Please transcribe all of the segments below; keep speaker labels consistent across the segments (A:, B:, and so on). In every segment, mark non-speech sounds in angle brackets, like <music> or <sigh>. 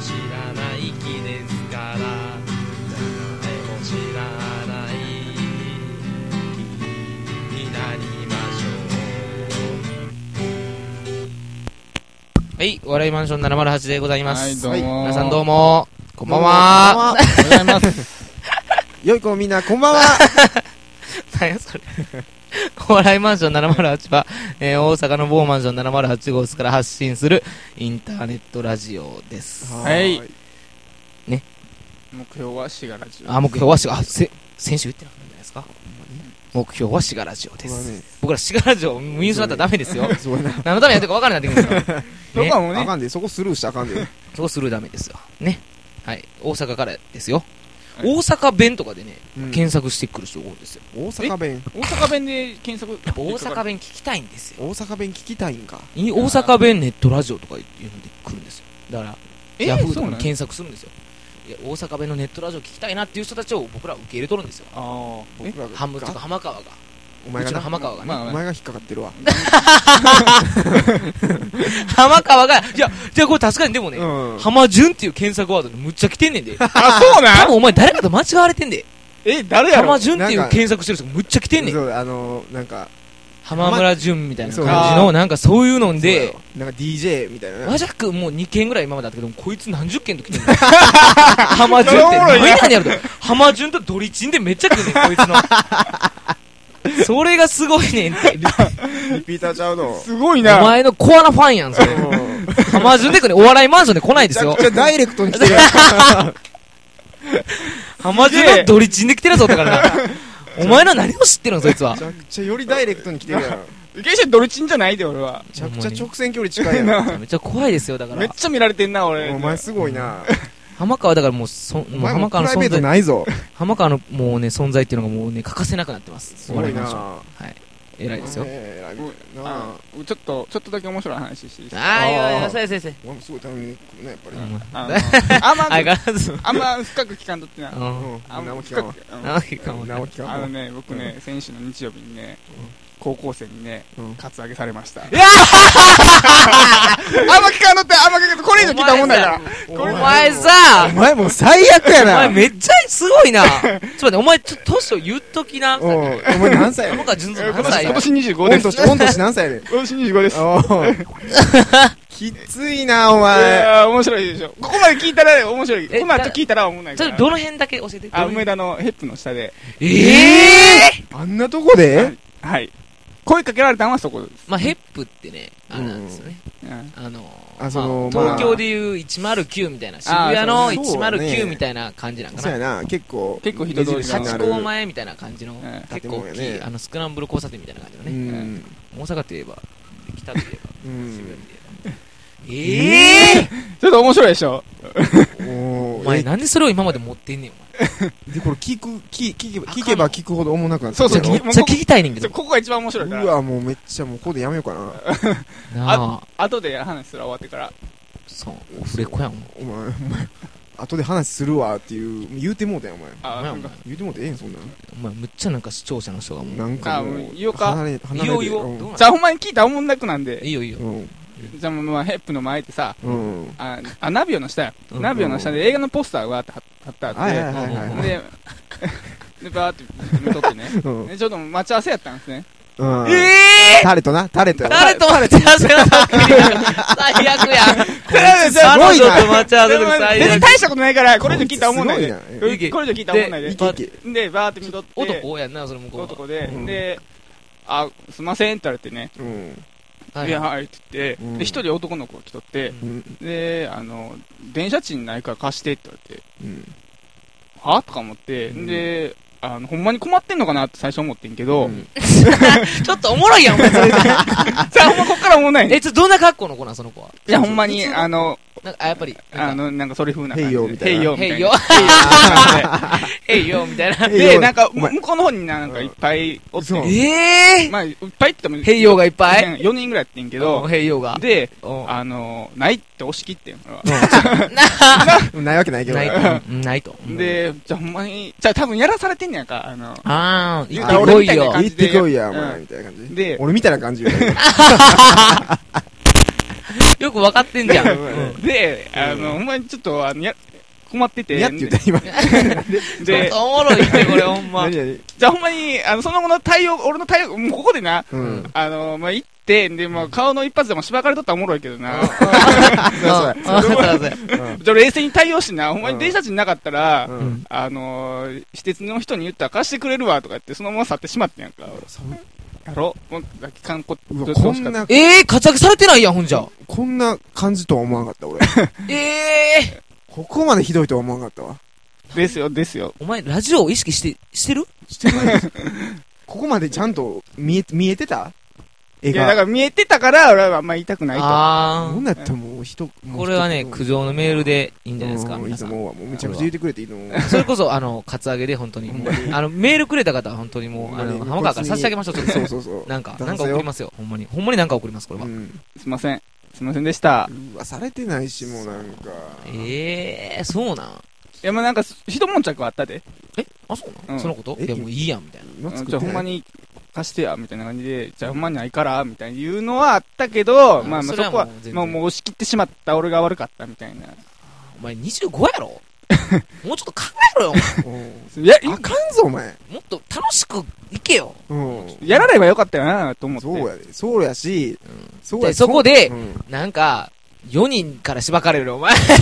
A: 知らない木ですから誰も知らない木になりましょうはい笑いマンション708でございます、
B: はい、どうも。
A: 皆さんどう
B: も。
A: もこんばんは
B: おはようございます。
C: 良い子みんな、こんばんは
A: 何やそれお笑いマンション708は、えー大阪の某マンション708号室から発信するインターネットラジオです。
B: はい
C: はー
B: 目標はシガラジオ。
A: あ、目標はしが、あ、せ、先週言ってなかったんじゃないですか目標はシガラジオで
C: これは
A: す。
C: ね、
A: 僕らシガラジオ見失ったらダメ <laughs> ですよ。
C: そうやな。
A: 何のためにやってるか分からなくなってくるんです <laughs> よ。
B: どこも
C: あ
B: ね、
C: かんで、そこスルーしたらあかんで。
A: そうするダメですよ。ね。はい。大阪からですよ。
B: はい
A: 大阪弁とかでね、
C: うん
A: 検索してくる人多いんですよ。
C: 大阪弁、
B: 大阪弁で検索。
A: 大阪弁聞きたいんですよ。
C: 大阪弁聞きたいんか。
A: い大阪弁ネットラジオとかいうので来るんですよだから、
B: えー
A: ヤフーと
B: そ
A: か
B: う
A: に
B: なん
A: 検索するんですよいや大阪弁のネットラジオ聞きたいなっていう人たちを僕らは受け入れとるんですよ
B: あ
C: 僕らが
A: ハムとか浜川が
C: お
A: う
C: 前
A: ち
C: が
A: の
C: な、
A: 浜川がね、
B: まあ
C: お前が引っかかってるわ。
A: 浜川がいやじゃあこれ確かにでもね、
C: うん。
A: 浜潤っていう検索ワードにむっちゃ来てん
C: <laughs>
A: ねんで多
B: あ。あ、そうな
A: 分お前誰かと間違われてんで
B: え、誰やろ
A: 浜潤っていう
C: なんか
A: 検索してる人がむっちゃ来てんねん
C: そう、あのー、なんか、
A: 浜村潤みたいな
C: そう
A: 感じのなんかそういうのんで
C: そうやわなんか DJ みたいなね。
A: 和ジャックもう2件ぐらい今まであったけどこいつ何十件と来て
C: <laughs>
A: んの浜順って何なんやろと浜順とドリチンでめっちゃ来るねんこいつのそれがすごいねんって
C: リピーターちゃ
A: <laughs>
C: うの。
B: すごい
A: お
B: な。
A: 前のコアなファンやんそれ
C: うん
A: 浜順で来るねお笑いマンションで来ないですよ
C: めちゃくちゃダイレクトに来てる。
A: <laughs> 浜順のドリチンで来てるぞだからなお前の何を知ってるのそいつは
C: めちゃくちゃよりダイレクトに来てるやん。め
B: 受け者ドルチンじゃないで、俺は。
C: ちゃくちゃ直線距離近いやん。
A: めっちゃ怖いですよだか
B: めっ
A: ら
B: ちゃ見られてんな、俺。
C: お前すごいな。
A: 浜川だからもうそも
C: お
A: う
C: 前
A: 浜
C: もプ
A: 川の
C: ライベ
A: 存
C: ート
A: 在
C: ないぞ。
A: 浜川のもうね存在っていうのがもうね欠かせなくなってます
C: すごいな。
A: 偉いですよ
C: ねえ偉いな
B: あ
C: あ。
B: ちょっと、ちょっとだけ面白い話していいですか
A: ああいやい
C: あ
A: や
C: ー
A: そうやそうやそうや
C: お前もすごい頼みに来るね、やっぱり。
A: うん
B: あのあん
A: <laughs>
B: ま、
A: 相変わらず
B: あんま深く聞かんとってな。
A: うん。
B: あ
C: うんん、
B: ま
C: 直樹
B: 深
C: か
B: く
C: も。
B: うん
A: なんかもうね
C: 直樹か
B: あ
C: も
B: の。ね、僕ね、先週の日曜日にね、高校生にね
C: うん、
B: カツアゲされま <laughs> した。あんま聞かんのって、あんま聞かんとって、これ以上聞いたもんだから。
A: お
B: これ
A: 前
C: お
A: さ、
C: 前もう最悪
A: お
C: やな。
A: 前めっちゃすご
C: <laughs>
A: いな。ちょっと待って、お前ちょっと年を言っときな。
C: うんお前何歳や
A: 山
C: ねん
A: 川純三
B: え <laughs> 今
A: 何歳
B: 年、今年25
C: 御
B: です。
C: 年、御年何歳やねん。
B: 今年25です。
C: おーきついな、お
B: い
C: 前。
B: やー面白いでしょ。 <laughs> ここまで聞いたら面白い。こ
A: え
B: の後聞いたら思んない
A: ち
B: か
A: ょっとど
B: ら。
A: の辺だけ教えて。
B: あ、
A: どの
B: 梅
A: 辺
B: 田のヘップの下で。
A: ええ
C: あんなとこで
B: はい。声かけられたのはそこです。
A: まあ、ヘップってね、あれなんですよね。
B: うん
A: あのー、
C: あその
A: まあ
C: まあ
A: 東京でいう109みたいな、渋谷の
C: あーそうそうね
A: 109みたいな感じなんか
C: そうや
A: な。
C: な、結構。
B: 結構人通りが
C: 目印
A: 八
C: になる
A: 甲前みたいな感じの
B: うん、
A: 結構大
C: 建物
A: き
C: や
A: い、
C: ね
A: あの、スクランブル交差点みたいな感じの
C: う
A: ね。
C: ん。
A: 大阪といえば、北といえば、
C: う
A: 渋谷
C: ん。
A: といえば。ええ
B: ちょっと面白いでしょ。
C: お
A: お
C: ー
A: 前なんでそれを今まで持ってんねんお
C: えで、これ聞く、聞聞けば、聞けば聞くほど重なくなって
B: そうそう
A: 前
C: き
A: めっちゃ聞きたいねんけ
B: ちょ
A: ど
B: ここが一番面白いから。
C: うわ、もうめっちゃ、もうここでやめようかな。
A: なあ
B: 後で話すら終わってから。
A: そうオフレコやん
C: お前、お前、後で話するわっていう、言うてもうたよ、お前。
B: あ、
A: な
B: なんん
A: か
B: か。
C: 言うてもうてええん、そんなん。
A: お前むっちゃなんか視聴者の人がも
C: な
A: うん
C: かも
B: あも
C: う、
B: う言おうか
C: 離れ、
A: い
C: 離
A: い
C: れ
A: よ
C: て
A: いいよ
C: うん
A: どうな
B: じゃあほんまに聞いたら思んなくなん
A: のい
B: で。
A: いよいいよ
C: うん。
B: じゃあまあ、ヘップの前ってさ、
C: うん。
B: あ、あナビオの下や。
A: うん
B: ナビオの下で映画のポスターがあって貼ってあ
C: はいはい
B: っ
C: はいは
B: て。。
C: い
B: で、で、バーって見とって
C: <laughs>
B: ね。
C: うん。
B: でちょっと待ち合わせやったんですね。
C: うん
A: ええ
C: タレとな、タレとやろ。
A: 誰と待ち合わせなさっき最悪やん
C: すご
A: 彼
C: い
A: 女
C: な
A: と待ち合わせの時最
B: 全然
A: 悪
B: 大したことないから、これ以上聞いたら思んないで。
C: す
B: こ
C: ごいな
B: れ以上聞いたら思んない
A: で
B: で
C: い。けいけ。
B: で、バーって見とって。
A: 男やんなその向こうは
B: 男で、
C: うん
B: で、あ、すいませんって言われてね、
C: うん。
A: はい
B: で、はいって言って、
C: うん
B: で、一人男の子が来とって、
C: うん。
B: で、あの、電車賃ないから貸してって言われて、
C: うん。
B: はとか思って、
C: うん
B: で、あの、ほんまに困ってんのかなって最初思ってんけど、 <laughs>
C: うん
A: <laughs> ちょっとおもろいやんお前それ
B: じゃあほんまこっから思うないねん。
A: えちょっとどんな格好の子なんその子はい
B: や、ほんまに、
A: 普通
B: あの、
A: なんかあやっぱりな
B: あ
A: んか
B: の、なんかそれ風な感じ
C: へい
B: で。
C: よみたいな
B: へいよ
A: <laughs>
B: み
A: へ
B: た
A: い
B: いな
A: よ
B: 感
A: へいよみたいな
B: じで。
C: へい
B: で、
C: よ
B: なんか、
C: お前
B: 向こうの方になんかいっぱいおって
C: そう
B: ね、
A: ええ
B: まあ、いっぱいって言っても、
A: へいよがいっぱい
B: 4人ぐらいやってんけど、
A: へいよが
B: で、
A: うん
B: あの、ないって押し切ってん、俺は。
C: ないわけないけど。
A: ないと。ないと。
B: で、じゃあほんまに、じゃあ多分やらされてんねやんか、あの、
A: あー、
B: 言
A: 行
B: う
A: った
B: ら
A: てこ
B: 俺み
A: い
B: たいな
A: よ
B: 感。
C: 行ってこいや、
B: う
C: お
B: ん
C: 前、みたいな感じ。
B: で
C: 俺みたいな感じよ。
A: よく分かってんじゃん。
C: うん
A: うん
B: で、あ
C: うん
B: の、ほんまにちょっと、あの、や、困ってて。
C: やって言った今。
A: ちょっ
B: で、
A: とおもろいって、これ、ほんま。
C: 何々
B: じゃあほんまに、あの、その後の対応、俺の対応、もうここでな、
C: うん。
B: あの、まあ、行って、で、まあ、顔の一発でもしばかれとったらおもろいけどな。
A: うんう
C: そう
A: んそうそう
C: う
B: じゃあ冷静に対応しな、ほんまに電車賃なかったら、
C: ん
A: う
C: うん
A: ん。
B: あのー、私鉄の人に言ったら貸してくれるわとか言って、そのまま去ってしまってんやんか。やろもう、観光、
C: う
B: ど
C: わ、
B: うしよ
C: こ
B: うか
C: んな、
A: ええー、活躍されてないやん、ほんじゃ。
C: こんな感じとは思わなかった、俺。
A: ええー。
C: ここまでひどいとは思わなかったわ。
B: ですよ、ですよ。
A: お前、ラジオを意識して、してる
C: してないですここまでちゃんと見え、見えてた
B: い
C: 映
B: や、だか
C: 画。
B: ら見えてたから、俺はあんま言いたくないと。
A: あ
C: こんなんやったらもう人、
A: ー。
C: もう
A: これはね、
C: 人
A: 苦情のメールでいいんじゃないですか、
C: うんい
A: 皆
C: い
A: さ
C: と
A: ん
C: 思。うわ。もうめちゃくちゃ言ってくれていいと思うわ。
A: それこそ、あの、カツアゲで本当に、もうあの、メールくれた方は本当にもう、あの、浜川から差し上げましょう、ちょっ
C: <laughs> そう
A: と。
C: そうそう。
A: なんか、
C: 男性
A: なんか送りますよ、ほんまに。ほんまになんか送ります、これは
C: う。ん。
B: すいません。すいませんでした。
C: うわ、されてないし、もうなんか。
A: ええー、そうなん。
B: いや、まあなんか、一悶着はあったで。
A: えあ、そうな
B: うんん
A: そのこと
C: え
A: いや、もういいやん、みたいな。
C: 今
B: うん
C: 作
B: じゃ
C: っ
B: あほ
C: て
B: んま
C: ない。
B: に貸してや、みたいな感じで、じゃあほんまにないから、みたいな言うのはあったけど、
A: うん
B: まあまあ
A: そ
B: そ
A: れは
B: こは
A: もう全、然
B: まあもう押し切ってしまった俺が悪かったみたいな。
A: お前25やろ
C: <laughs>
A: もうちょっと考えろよ、お前
C: うん
B: いや、
C: あかんぞ、お前。
A: もっと楽しくいけよ。
C: うん。
B: やらればよかったよな、と思って。
C: そうやで。そうやし、そう
A: で、
C: や
A: そこで
C: う、ん
A: なんか、4人からしばかれる、お前。
C: そう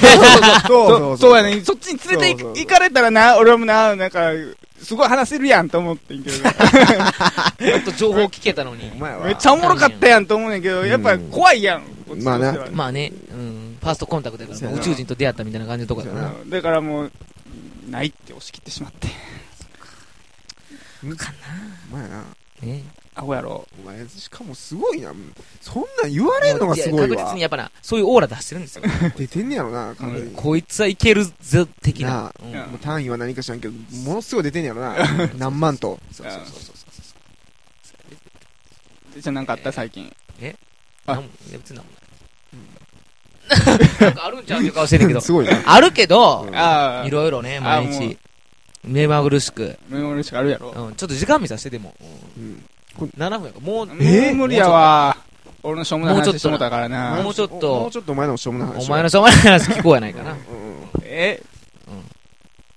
B: そうそうやね。そっちに連れて
C: そうそうそう
B: 行かれたらな、俺もな、なんか、すごい話せるやんと思ってんけ
C: <laughs>
B: ど、
A: もっと情報聞けたのに
C: お。前は。
B: めっちゃおもろかったやんと思うねんけど、
C: うん
B: やっぱ怖いやん。こっちとしては
C: <laughs> まあな
A: まあね、うん、ファーストコンタクトやか
C: そう
A: ら、
C: や
A: 宇
C: な
A: 宙人と出会ったみたいな感じのとこやから
C: そう
A: な
C: や。
B: うんだからもう、ないって押し切ってしまって。
C: うん。かな。お前な。
A: ね
B: アホやろ。
C: お前、しかもすごいな。そんなん言われんのがすごい
A: や確
C: わ
A: 実に。やっぱな、そういうオーラ出してるんですよ。
C: 出てんねやろな、完全に。
A: こいつはいけるぜ、的
C: な
A: な
C: あ。
A: うん
B: な
C: もう単位は何か知らんけど、ものすごい出てんねやろな。
A: <laughs>
C: 何万と。
A: そうそうそうそうそうそう。
B: じゃあなんかあった最近。あ
A: なんもいや別になんもない。なんかあるんちゃうっていう顔してんねんけ <laughs>
C: <laughs>
A: ど。
C: すごいな。
A: あるけど
C: う、ん
B: あ
A: いろいろね、
B: あ
A: 毎
B: も
A: 日
B: う。
A: 目まぐるしく。
B: あ、メモリしかあるやろ。
A: うん、ちょっと時間見させてでも。
C: うん
A: 7分やから。もう、
B: もう無理やわ。俺のしょうもない
A: もうちょっ
B: 話
A: と
B: してもうたからな。
A: もうちょっと
C: もうちょっとお前のしょうもない話。
A: お前のしょうもない話聞こうやないかな。
C: うんうんうん
B: え、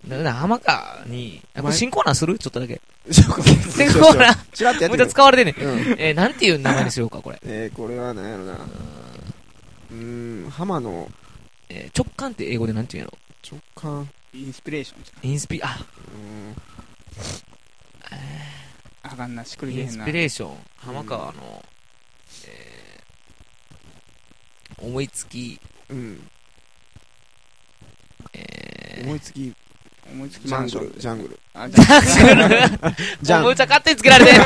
A: だから浜川に、あこれ新コーナーするちょっとだけ。
C: ちょっと
A: 新 <laughs> コーナー、
C: ちらっとや
A: もう一
C: って
A: 回使われてんねん。
C: みよう。うん。
A: えー、なんていう名前にしようか、これ。
C: えー、これは何やろな。うーん、浜の
A: えー、直感って英語でなんていうんやろ。
C: 直感。
B: インスピレーションじ
A: インスピ、あ、
C: うん
B: ゃん。あかんな、しっくり
A: イ
B: 出へ
A: ン
B: ん
A: ス
B: な
A: ピ。レーション。浜川の、えー、思いつき、
C: うん。
A: え
C: 思いつき、
B: 思いつき
C: ジ
B: マ
C: ャン
B: ンシ
C: グ
B: ョン
C: ル、。ジャングル。
B: あ、じゃあ
C: ジ
A: ー、 <laughs>
C: ャ
A: もう
C: ン、
A: ちゃ勝手につけられてんの。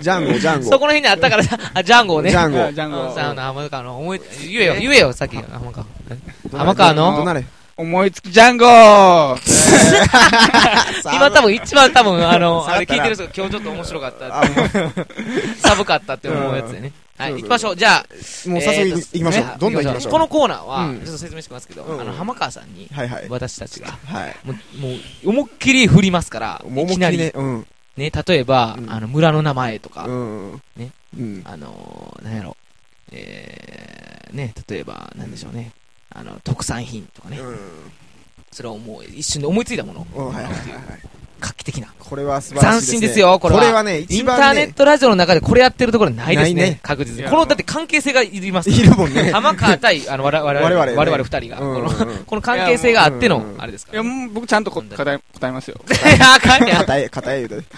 C: ジャンゴ、ジャンゴ。
A: そこの辺にあったからさ、あ、ジャンゴをね。
C: ジャンゴ
B: あ。ジャン
A: うんさあ、あ
B: ゴ。
A: の浜川の思い、言えよ、言えよ、さっき、浜川。
C: どな
A: 浜川の
C: どなれ。
B: 思いつきジャンゴ
A: 今多分一番多分、あの、
C: <laughs> 触
A: あれ
C: った
A: 聞い
C: ら
A: てる人、今日ちょっと面白かった、
C: あ、も
A: 寒かったって思うやつでね。はい、
C: そうそう
A: 行きましょう。じゃあ、
C: う、もう早速
A: えーと
C: 行きましょう
A: ね。
C: どんどん行きましょう。
A: このコーナーは、
C: うん
A: ちょっと説明してますけど、
C: うん
A: あの、浜川さんに、
C: はいはい。
A: 私たちが、
C: はい。
A: もう、もう、思いっきり振りますから、
C: もう
A: い
C: 思い
A: き
C: っき
A: な
C: り
A: り、
C: ね
A: ね、、
C: うん。
A: 例えば
C: う、ん
A: あの、村の名前とか、
C: うん。
A: ね。
C: うん。
A: あのー、なんやろ、えー、ね、例えば、なんでしょうね、あの、特産品とかね、
C: う
A: それをもう一瞬で思いついたもの、
C: ん。はいはいはいはい。
A: 画期的な。
C: これは素晴らしいです、ね。
A: 斬新ですよこれは
C: ね、
A: イ
C: 一
A: ンター
C: 番
A: ネ
C: ね
A: ッ、トラジオの中でこれやってるところないですね。
C: ないね
A: 確実
B: い
A: に。
B: や
A: この、だって関係性がいり
C: <laughs>
A: ます。
C: いるもんね。
A: 浜川対、あの、我々、我々、
C: 我々ね
A: 我々二人が、
C: うん
A: こ
C: うん
A: の、この関係性があって
C: いや
A: の
C: もう、
A: あれですか
B: い
A: ら
B: や、
A: ね。
B: もう僕ちゃんとこ答え、答えますよ。
A: <laughs> いや、あかんやん。
C: 硬い、硬い言うて。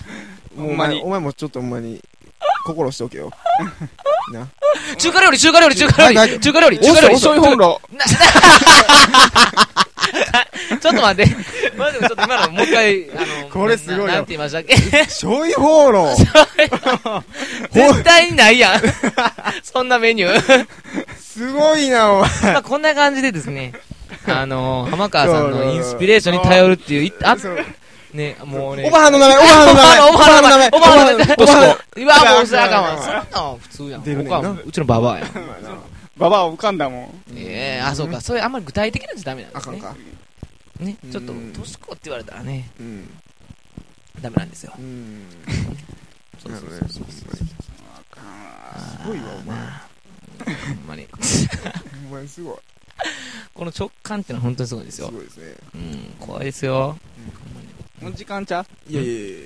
B: ほ
C: もうお
B: んま
C: 前、
B: に
C: お前もちょっとほんまに、心しておけよ。な。
A: 中華料理、中華料理、中華料
C: は
A: 理、
C: い
A: 中華料理、中華料理。
B: 遅い本路。
A: なちょっと待
C: <laughs>
A: って。まずちょっと今のもう一回、あの、
C: これすごいよ
A: ななんて言いましたっ
C: <laughs>
A: け
C: 醤油放浪
A: 絶対にない
C: <laughs>
A: やん。そんなメニュー。
C: すごいな、お前。
A: まあこんな感じでですね、あの、浜川さんのインスピレーションに頼るっていう、いあね、もうね。
C: オバハの名前、オバハの名前、
A: オバハの名前、オバハの名前、
C: オバ
A: う
C: ハの名前、
A: わ、もうそれあかんわ。そんなん普通やん。
C: 出るねん
A: 僕
C: な
A: はもううちのババアやん。
B: ババア浮かんだもん。
A: ええ、あ、そうか。それあんまり具体的なんじゃダメなんで
C: あ
A: す
C: かん
A: ね。
C: か。
A: ね、
C: うん
A: ちょっと、年子って言われたらね、
C: うん。
A: ダメなんですよ。
C: うん。
A: そうそうそう
C: なるほどね
A: そう。
C: すごいわ、お前。
A: ほんまに。 <laughs>
C: ほんまにすごい。
A: この直感ってのは本当にすごいです
C: す
A: よ。
C: ごいですね。
A: うん、怖いですよ。
B: もう時間ちゃう
C: いやいやいやいや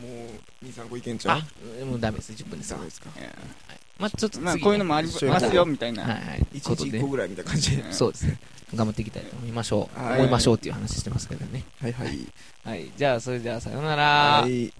C: もう、2、3個いけんちゃう
A: あ、もうダメです。10分です
C: そ
A: わ
C: う。ですか。
B: いや
A: まあちょっと次、
B: まあ、こういうのもありますよ、みたい
A: はい
B: な。
A: はい。
C: 1
A: こと
C: 日
A: で
C: 1個ぐらいみたいな感じで。
A: そうですね。頑張っていきたいと思いましょう。
C: はい
A: 思いましょうっていう話してますけどね。
C: はいはい。
A: はい。じゃあ、それではさようなら。
C: はい。